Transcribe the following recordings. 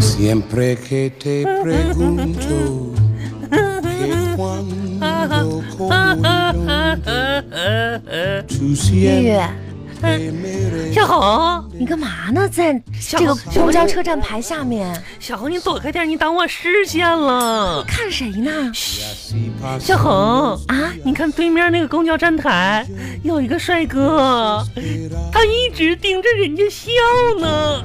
Siempre que te pregunto que cuando con tú 月 siempre 月， me 小红，你干嘛呢？在小这个小公交车站牌下面小红，你躲开点，你挡我视线了。看谁呢？小红，啊，你看对面那个公交站台有一个帅哥，他一直盯着人家笑呢。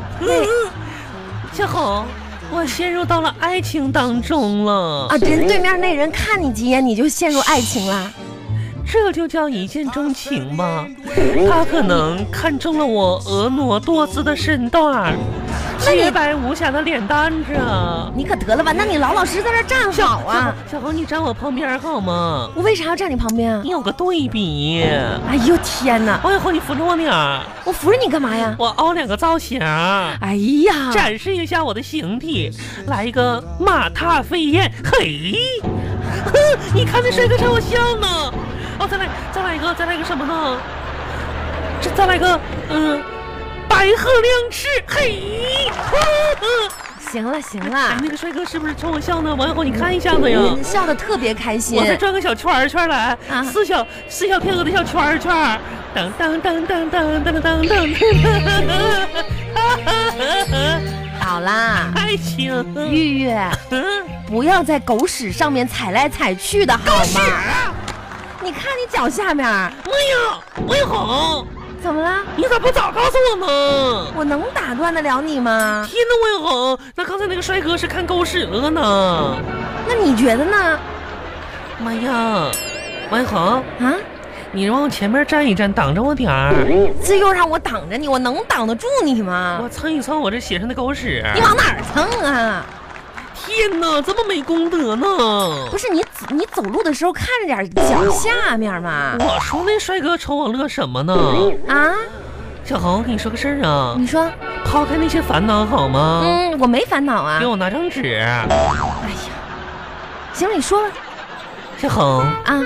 小红，我陷入到了爱情当中了啊，人对面那人看你几眼，你就陷入爱情了。这就叫一见钟情吧？他可能看中了我婀娜多姿的身段，洁白无瑕的脸蛋子。你可得了吧，那你老老实实在这儿站好啊！小红，你站我旁边好吗？我为啥要站你旁边啊你？有个对比。哎呦天哪，哎呦，你扶着我点儿，我扶着你干嘛呀？我凹两个造型儿，哎呀，展示一下我的形体，来一个马踏飞燕，嘿，哼，你看那帅哥朝我笑呢。哦，再来，再来一个，再来一个什么呢？这再来一个，嗯、白鹤亮翅，嘿。呵呵行了行哎了，，那个帅哥是不是冲我笑呢？王小红，你看一下子呀，你笑得特别开心我。再转个小圈儿圈儿来，啊四小四小天鹅的小圈儿圈儿，噔噔噔噔噔噔噔噔，好啦，爱情，玉玉，不要在狗屎上面踩来踩去的好吗？你看你脚下面儿哎呀，王小红，怎么了？你咋不早告诉我呢？我能打断得了你吗？天呐，王小红，那刚才那个帅哥是看狗屎了呢？那你觉得呢？妈呀，王小红，啊，你往前面站一站，挡着我点儿，这又让我挡着你，我能挡得住你吗我？蹭一蹭我这鞋上的狗屎。你往哪儿蹭啊？天呐，这么没公德呢不！是你走你走路的时候看着点儿脚下面嘛？我说那帅哥瞅我乐什么呢？啊，小红，我跟你说个事儿啊，你说，抛开那些烦恼好吗？嗯，我没烦恼啊给。我拿张纸。哎呀，行了，你说吧。小红，啊，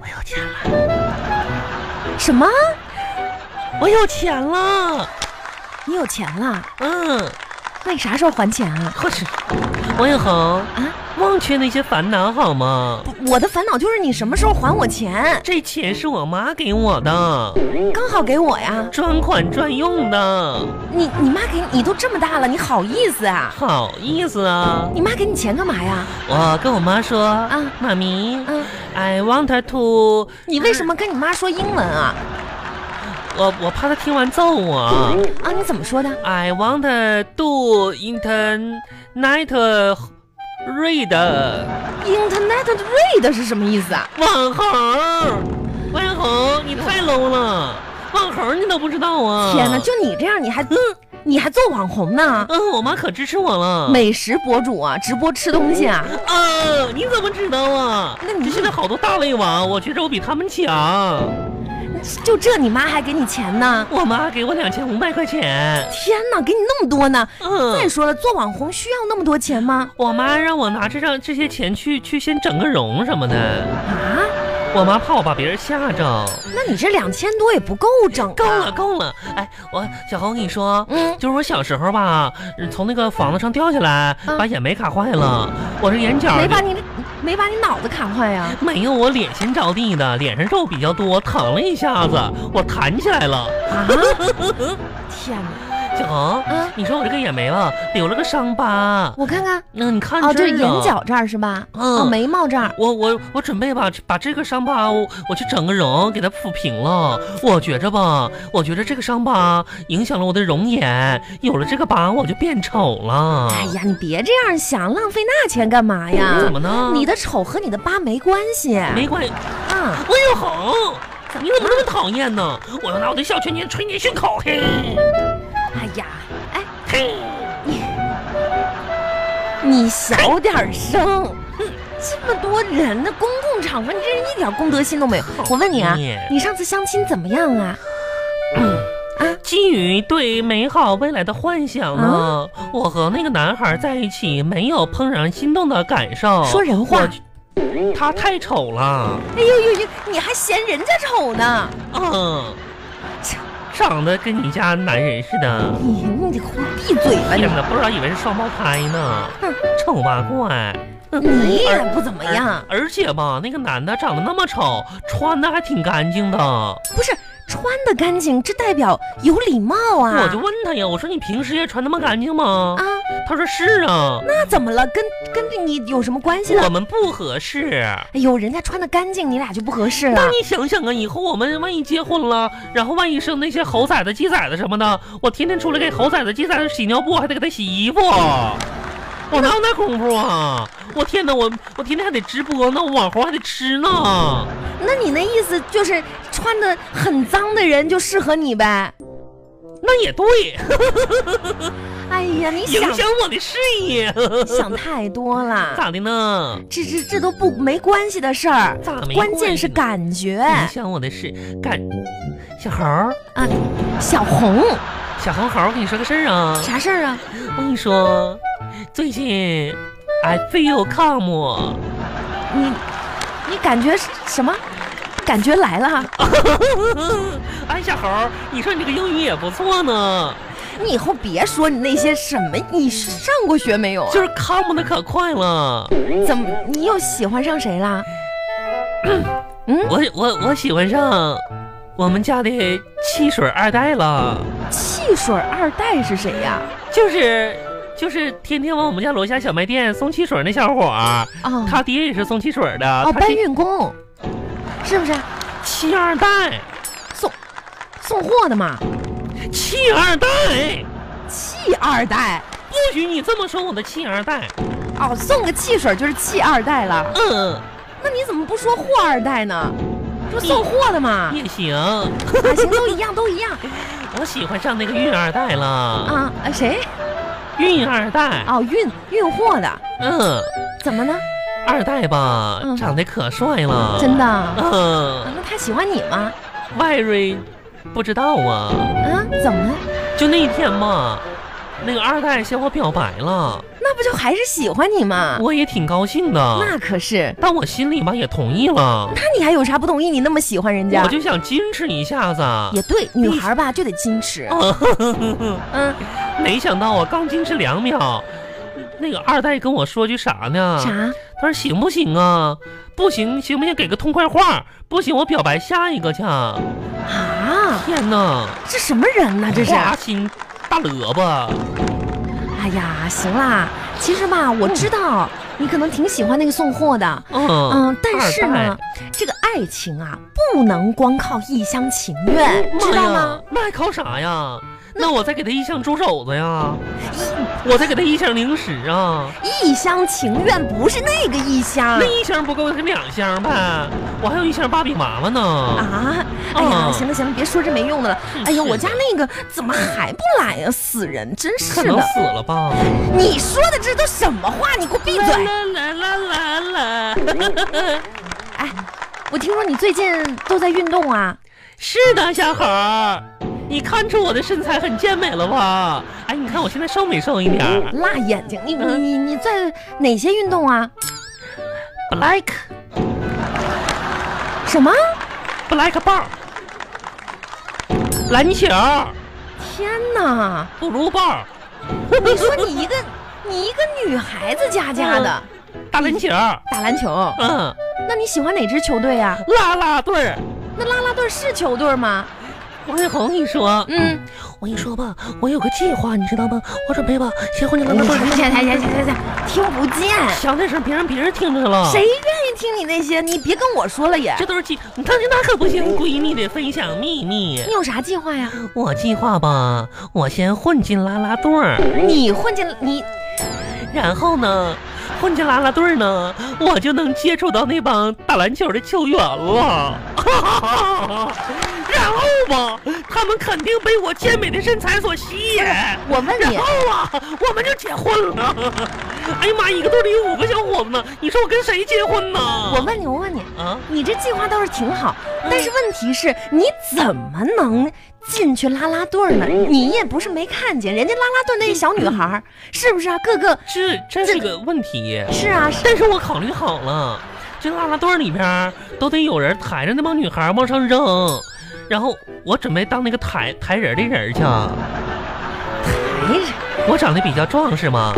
我有钱了，什么？我有钱了。你有钱了？嗯，那你啥时候还钱啊？或是王小红，啊，忘却那些烦恼好吗？不我的烦恼就是你什么时候还我钱？这钱是我妈给我的，刚好给我呀。专款专用的，你你妈给你，你都这么大了，你好意思啊？好意思啊！你妈给你钱干嘛呀？我跟我妈说，啊妈咪、嗯， i want her to，你为什么跟你妈说英文啊？我我怕她听完揍我。啊，你怎么说的？ I want to do internet read。 Internet read 是什么意思啊？网红，网红，你太 low 了，网红你都不知道啊！天哪，就你这样，你还、你还做网红呢？嗯，我妈可支持我了。美食博主啊，直播吃东西啊？啊，你怎么知道啊？那你这现在好多大胃王，我觉着我比他们强。就这，你妈还给你钱呢？我妈给我两千五百块钱，天哪，给你那么多呢？再嗯，说了，做网红需要那么多钱吗？我妈让我拿这张这些钱去去先整个容什么的，啊？我妈怕我把别人吓着。那你这两千多也不够整、啊，够了，。够了！哎，我小红，我跟你说，嗯，就是我小时候吧，呃从那个房子上掉下来，嗯把眼眉卡坏了，我是眼角没把就你的没把你脑子砍坏呀、啊没有我脸先着地的，脸上肉比较多，疼了一下子，我弹起来了。 啊！天哪！小红，嗯你说我这个眼眉吧，留了个伤疤，我看看，那、你看哦，这就儿是眼啊。角这儿是吧？嗯哦，眉毛这儿。我我我准备把把这个伤疤我我去整个容，给它抚平了。我觉着吧，我觉着这个伤疤影响了我的容颜，有了这个疤我就变丑了。哎呀，你别这样想，浪费那钱干嘛哎呀？哎怎么呢？你的丑和你的疤没关系。嗯没关系，啊，我又红，你怎么这么讨厌呢？我要拿我的小拳拳捶你胸口，嘿哎呀，哎，嘿！你小点儿声。这么多人呢，公共场合，你这人一点公德心都没有。我问你啊你，你上次相亲怎么样啊？基于对美好未来的幻想啊呢，我和那个男孩在一起没有怦然心动的感受。说人话我，他太丑了。哎呦呦呦，你还嫌人家丑呢？嗯，长得跟你家男人似的。你你快闭嘴吧天你！哪，不知道以为是双胞胎呢，丑八怪。嗯你也不怎么样，哎而且吧，那个男的长得那么丑，穿的还挺干净的。不是穿的干净，这代表有礼貌啊！我就问他呀，我说你平时也穿那么干净吗？啊，他说是啊，那怎么了？跟跟着你有什么关系我了？们不合适。哎呦，人家穿的干嗯净，你俩就不合适那了。你想想啊，以后我们万一结婚了，然后万一生那些猴崽子、鸡崽子什么的，我天天出来给猴崽子、鸡崽子洗尿布，还得给他洗衣服，我哪有那功夫啊？我天哪，我我天天还得直播呢，我网红还得吃呢。那你那意思就是穿的很脏的人就适合你呗？那也对，哎呀，你影 想响我的事业， 想太多了，咋的呢？这这这都不没关系的事儿咋没，关键是关系呢感觉。影响我的事，干小猴儿，啊，小红，小红猴儿，我跟你说个事儿啊，啥事儿啊？我跟你说，最近 I feel calm。你你感觉是什么？感觉来了哈！哎，小猴儿，你说你这个英语也不错呢，你以后别说你那些什么，你上过学没有啊？就是是 come 的可快了。怎么，你又喜欢上谁啦？嗯，我我我喜欢上我们家的汽水二代了，汽水二代是谁呀、就是就是天天往我们家楼下小卖店送汽水那小伙儿，啊？哦，他爹也是送汽水的，哦，他搬是运工，是不是汽二代，送送货的嘛？汽二代，汽二代不许你这么说我的汽二代。哦，送个汽水就是汽二代了。嗯，那你怎么不说货二代呢？说送货的嘛，也行，啊，行，都一样，都一样我喜欢上那个孕二代了，啊啊，谁？孕二代，哦，运运货的，嗯。怎么呢？二代吧，嗯长得可帅了，真的嗯、啊？那他喜欢你吗？外瑞不知道啊，啊，怎么了？就那一天嘛，那个二代向我表白了，那不就还是喜欢你吗？我也挺高兴的，啊那可是，但我心里吧也同意了，那你还有啥不同意？你那么喜欢人家我，就想矜持一下子，也对，女孩吧就得矜持。哦嗯， 没想到我啊刚矜持两秒。那个二代跟我说句啥呢？啥？他说行不行啊？不行，行不行？给个痛快话。不行，我表白下一个去。啊，天哪，这什么人呐？这是？啊花心大萝卜。哎呀，行啦，其实吧，我知道你可能挺喜欢那个送货的。嗯嗯，但是呢，，这个爱情啊，不能光靠一厢情愿，二代知道？妈吗呀？那还靠啥呀？那我再给他一箱猪肘子呀，我再给他一箱零食啊，一厢情愿不是那个一厢那一箱不够，给两箱呗。我还有一箱芭比娃娃呢。啊！哎呀，嗯行了行了，别说这没用的了。是哎呀，是我家的那个怎么还不来呀、死人，真可是能的！死了吧？你说的这都什么话？你给我闭嘴！啦啦啦啦啦！ 哎，我听说你最近都在运动啊？是的，小猴儿，你看出我的身材很健美了吧？哎，你看我现在瘦没瘦一点儿辣眼睛，你你嗯你你在哪些运动啊？ ？Black 什么？ Black ball，篮球天哪！ ，blue ball，你说你一个你一个女孩子家家的打篮球。打篮球，嗯，那你喜欢哪支球队呀、啦啦队儿。那啦啦队是球队吗？王小红，你说，嗯，我跟你说吧，我有个计划，你知道吗？我准备吧，结婚了，行行行行行行，听不见，想那事儿别让别人听着了。谁？愿意听你那些？你别跟我说了也。这都是计，你看那可不行，闺蜜得分享秘密你。有啥计划呀？我计划吧，我先混进啦啦队儿，你混进你然后呢，混进啦啦队儿呢，我就能接触到那帮打篮球的球员了。 然后吧，他们肯定被我健美的身材所吸引。我问你然，后啊，我们就结婚了。哎呀妈，一个队里有五个小伙子呢，你说我跟谁结婚呢？我问你，我问你，啊，你这计划倒是挺好，嗯但是问题是，你怎么能进去啦啦队呢？你也不是没看见，人家啦啦队那些小女孩儿是不是啊？个个这这是个问题。是啊，是但是我考虑好了，这啦啦队里边儿都得有人抬着那帮女孩儿往上扔，然后我准备当那个抬抬人的人去啊。哎呀，我长得比较壮实嘛，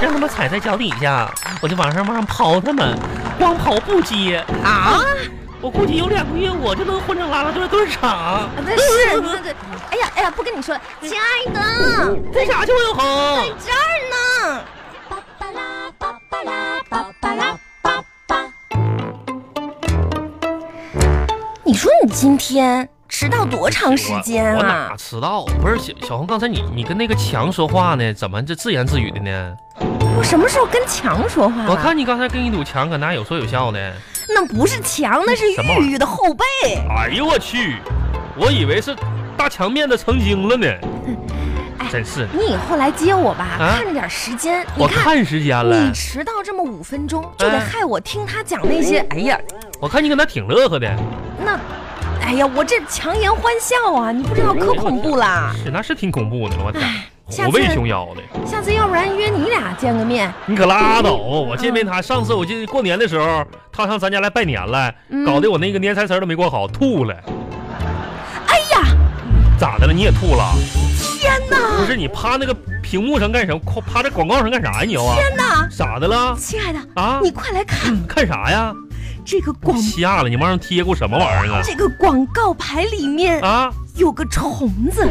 让他们踩在脚底下，我就往上往上抛他们，光跑不接啊！ 我估计有两个月我就能混成啦啦队队长。那是那这，哎呀哎呀，不跟你说了，亲爱的，干啥去王永恒？这儿呢。巴巴拉巴巴拉巴巴拉巴巴。你说你今天迟到多长时间哎我我啊哪？迟到？不是小小红，刚才你你跟那个强说话呢，怎么这自言自语的呢？我什么时候跟强说话了？我看你刚才跟一堵墙搁那有说有笑的。那不是强，那是什么玩意儿玉玉的后背。哎呦我去，我以为是大墙面子成精 了呢，真是的。你以后来接我吧，啊看着点时间。哎你我看，看时间了你，迟到这么五分钟，就得哎害我听他讲那些。哎呀，我看你搁那挺乐呵的，那，哎呀，我这强颜欢笑啊，你不知道可恐怖啦。是那是挺恐怖的，我天哎，下虎背次熊腰的。下次要不然约你俩见个面，你可拉倒！我见嗯没他，上次我记得过年的时候，他上咱家来拜年来，嗯搞得我那个年三十儿都没过好，吐了。哎呀，咋的了？你也吐了？天不哪，是你趴那个屏幕上干什么？夸趴在广告上干啥呀？你又啊？天哪，咋的了？亲爱的，啊？嗯你嗯快来看看啥呀？这个广瞎了！你往上贴过什么玩意儿这个广告牌里面啊？啊？有个虫子。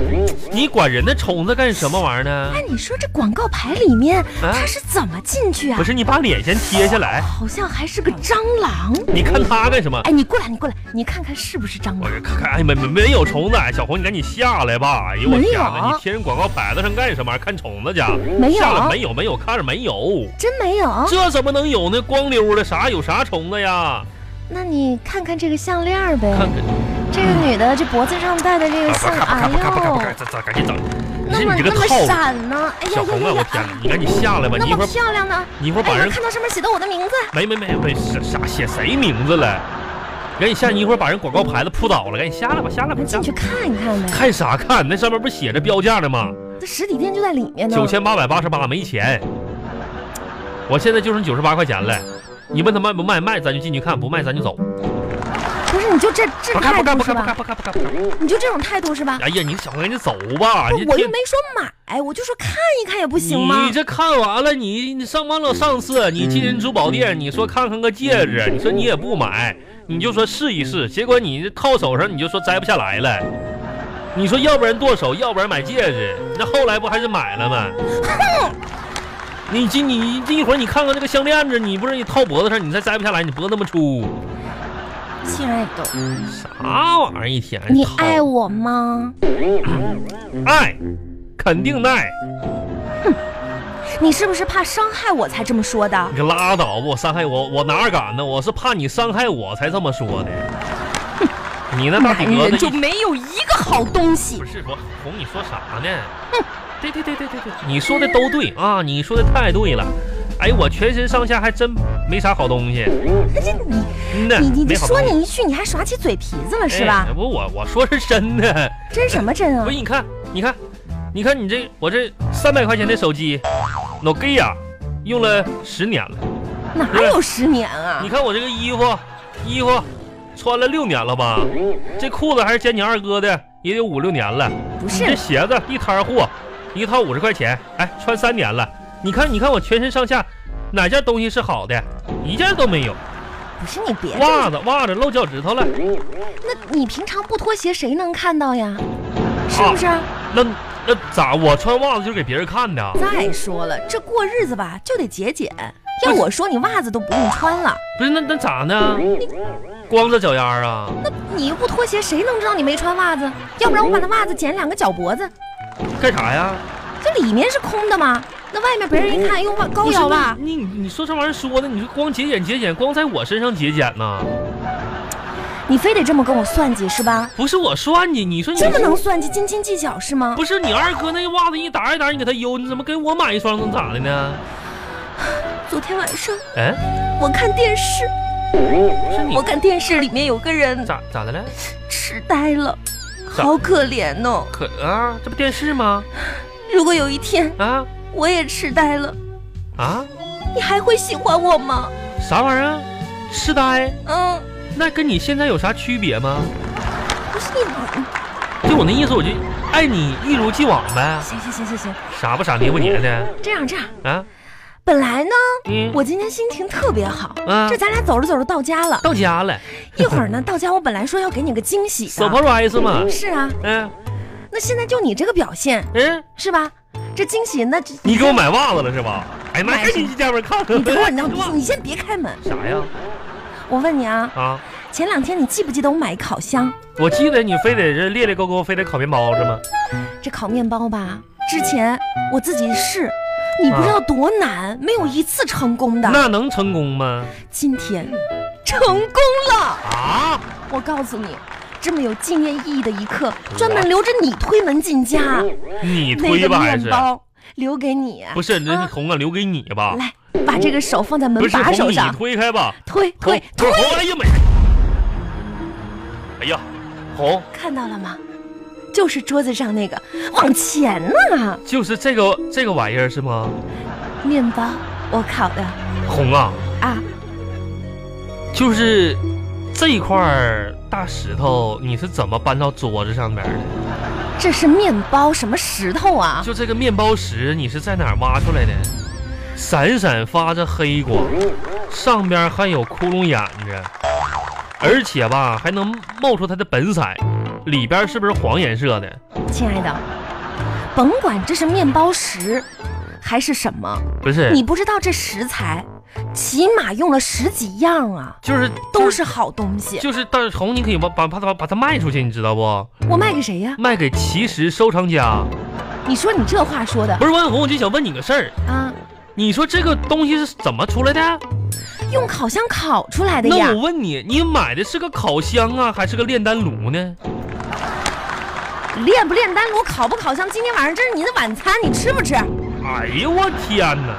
你管人的虫子干什么玩意儿呢哎？，你说这广告牌里面啊它是怎么进去啊不？是你把脸先贴下来，好像还是个蟑螂。你看他干什么？哎，你过来，你过来，你看看是不是蟑我螂？这看看，哎，没没没有虫子，哎小红你赶紧下来吧！哎呦我没有天哪，你贴人广告牌子上干什么？看虫子去？没有下来没有没有，看着没有，真没有。这怎么能有呢？光溜的啥有啥虫子呀？那你看看这个项链儿呗看，看，这个女的这脖子上戴的这个啊不项，看不哎看不看不看不呦看，，这这赶紧整！你那这么你这那个么套路，闪呢？哎呀小呀红啊，呀我呀天呀！哪！你赶紧下来吧，那你一会么儿漂亮呢？你一会儿把哎呀，人看到上面写的我的名字，没没没没啥啥写谁名字了？赶紧下，你一会儿把人广告牌子扑倒了，赶紧下来吧，下来吧那，下进来去吧。看一看呗。看啥看？那上面不是写着标价呢吗？这实体店就在里面呢。九千八百八十八，没钱。我现在就剩九十八块钱了，你问他卖不卖？卖咱就进去看，不卖咱就走。不是，你就这这不看态不看不度是看不吧看？不看不看不看！你就这种态度是吧？哎呀，你小赶紧走吧！不你，我这又没说买，我就说看一看也不行吗你？这看完了，你你上完了上次你进人珠宝店，你说看看个戒指，你说你也不买，你就说试一试，结果你套手上你就说摘不下来了。你说要不然剁手，要不然买戒指，那后来不还是买了 吗？你今你这一会儿你看看这个项链子，你不是你套脖子上，你再摘不下来，你脖子那么粗，亲爱的，啥玩意儿一天？你套爱我吗？爱，肯定爱。你是不是怕伤害我才这么说的？你可拉倒吧！我伤害我，我哪敢呢？我是怕你伤害我才这么说的。你那大男顶格子人一就没有一个好东西不。是我哄你说啥呢？对对对对对对，你说的都对啊，你说的太对了。哎，我全身上下还真没啥好东西。嗯呐哎你你你没好说东西你一句，你还耍起嘴皮子了是哎吧？不，我我说是真的。真什么真啊不是，？你看，你看，你看你这我这三百块钱的手机，Nokia，用了十年了。哪有十年啊你？看我这个衣服，衣服穿了六年了吧？这裤子还是捡你二哥的，也有五六年了。不你这是，鞋子一摊货，一套五十块钱，哎，穿三年了。你看，你看我全身上下哪件东西是好的，一件都没有。不是你别这么，袜子，袜子露脚趾头了。那你平常不脱鞋谁能看到呀？是不啊是？啊那那咋？我穿袜子就是给别人看的啊？再说了，这过日子吧就得节俭。要我说，你袜子都不用穿了，不是，那那咋呢？光着脚丫儿啊？你又不脱鞋，谁能知道你没穿袜子？要不然我把那袜子剪两个脚脖子，干啥呀？这里面是空的吗？那外面别人一看，用袜高不是腰那袜，你你说这玩意儿说的，你说光节俭节俭，光在我身上节俭呢？你非得这么跟我算计是吧？不是我算计，你说你这么能算计，斤斤计较是吗？不是你二哥那袜子一沓一沓，你给他邮，你怎么给我买一双能咋的呢？昨天晚上哎，我看电视，不是你我看电视里面有个人咋咋的了？痴呆了，咋好可怜哦。可啊，这不电视吗？如果有一天啊我也痴呆了，啊，你还会喜欢我吗？啥玩意儿？痴呆？嗯，那跟你现在有啥区别吗？不是你，就我那意思，我就爱你一如既往呗，行行行行行，傻不傻黏不黏的这样这样，啊？本来呢，嗯，我今天心情特别好，啊这咱俩走着走着到家了，到家了一会儿呢到家我本来说要给你个惊喜的， ，surprise 嘛，是啊，嗯那现在就你这个表现嗯，是吧？这惊喜那这你给我买袜子了是吧？哎呀妈，买赶紧去家门看看。你等会儿，你 让是吧你先别开门，啥呀？我问你啊，啊，前两天你记不记得我买烤箱？我记得你非得是列列勾勾，非得烤面包是吗？这烤面包吧，之前我自己试，你不知道多难，没有一次成功的。那能成功吗？今天成功了，啊，我告诉你，这么有纪念意义的一刻，专门留着你推门进家，啊你那推个吧还面是？包留给你。不是，那啊红啊，留给你吧。来，把这个手放在门不是把红，手你上，推开吧。推推红推不，是红，哎呀妈！哎呀，红看到了吗？就是桌子上那个，往前呢，就是这个这个玩意儿是吗？面包我烤的红啊，啊，就是这一块儿大石头，你是怎么搬到桌子上面的？这是面包什么石头啊？就这个面包石，你是在哪儿挖出来的？闪闪发着黑光，上边还有窟窿眼子，而且吧还能冒出它的本色，里边是不是黄颜色的？亲爱的，甭管这是面包石还是什么，不是，你不知道这食材，起码用了十几样啊，就是都是好东西。就是，但是红你可以把把把它把它卖出去，你知道不？我卖给谁呀、卖给奇石收藏家。你说你这话说的不是万红，我就想问你个事儿，啊，你说这个东西是怎么出来的？用烤箱烤出来的哎呀那我，问你，你买的是个烤箱啊，还是个炼丹炉呢？炼不炼丹炉，烤不烤箱，今天晚上这是你的晚餐，你吃不吃？哎呦我天哪！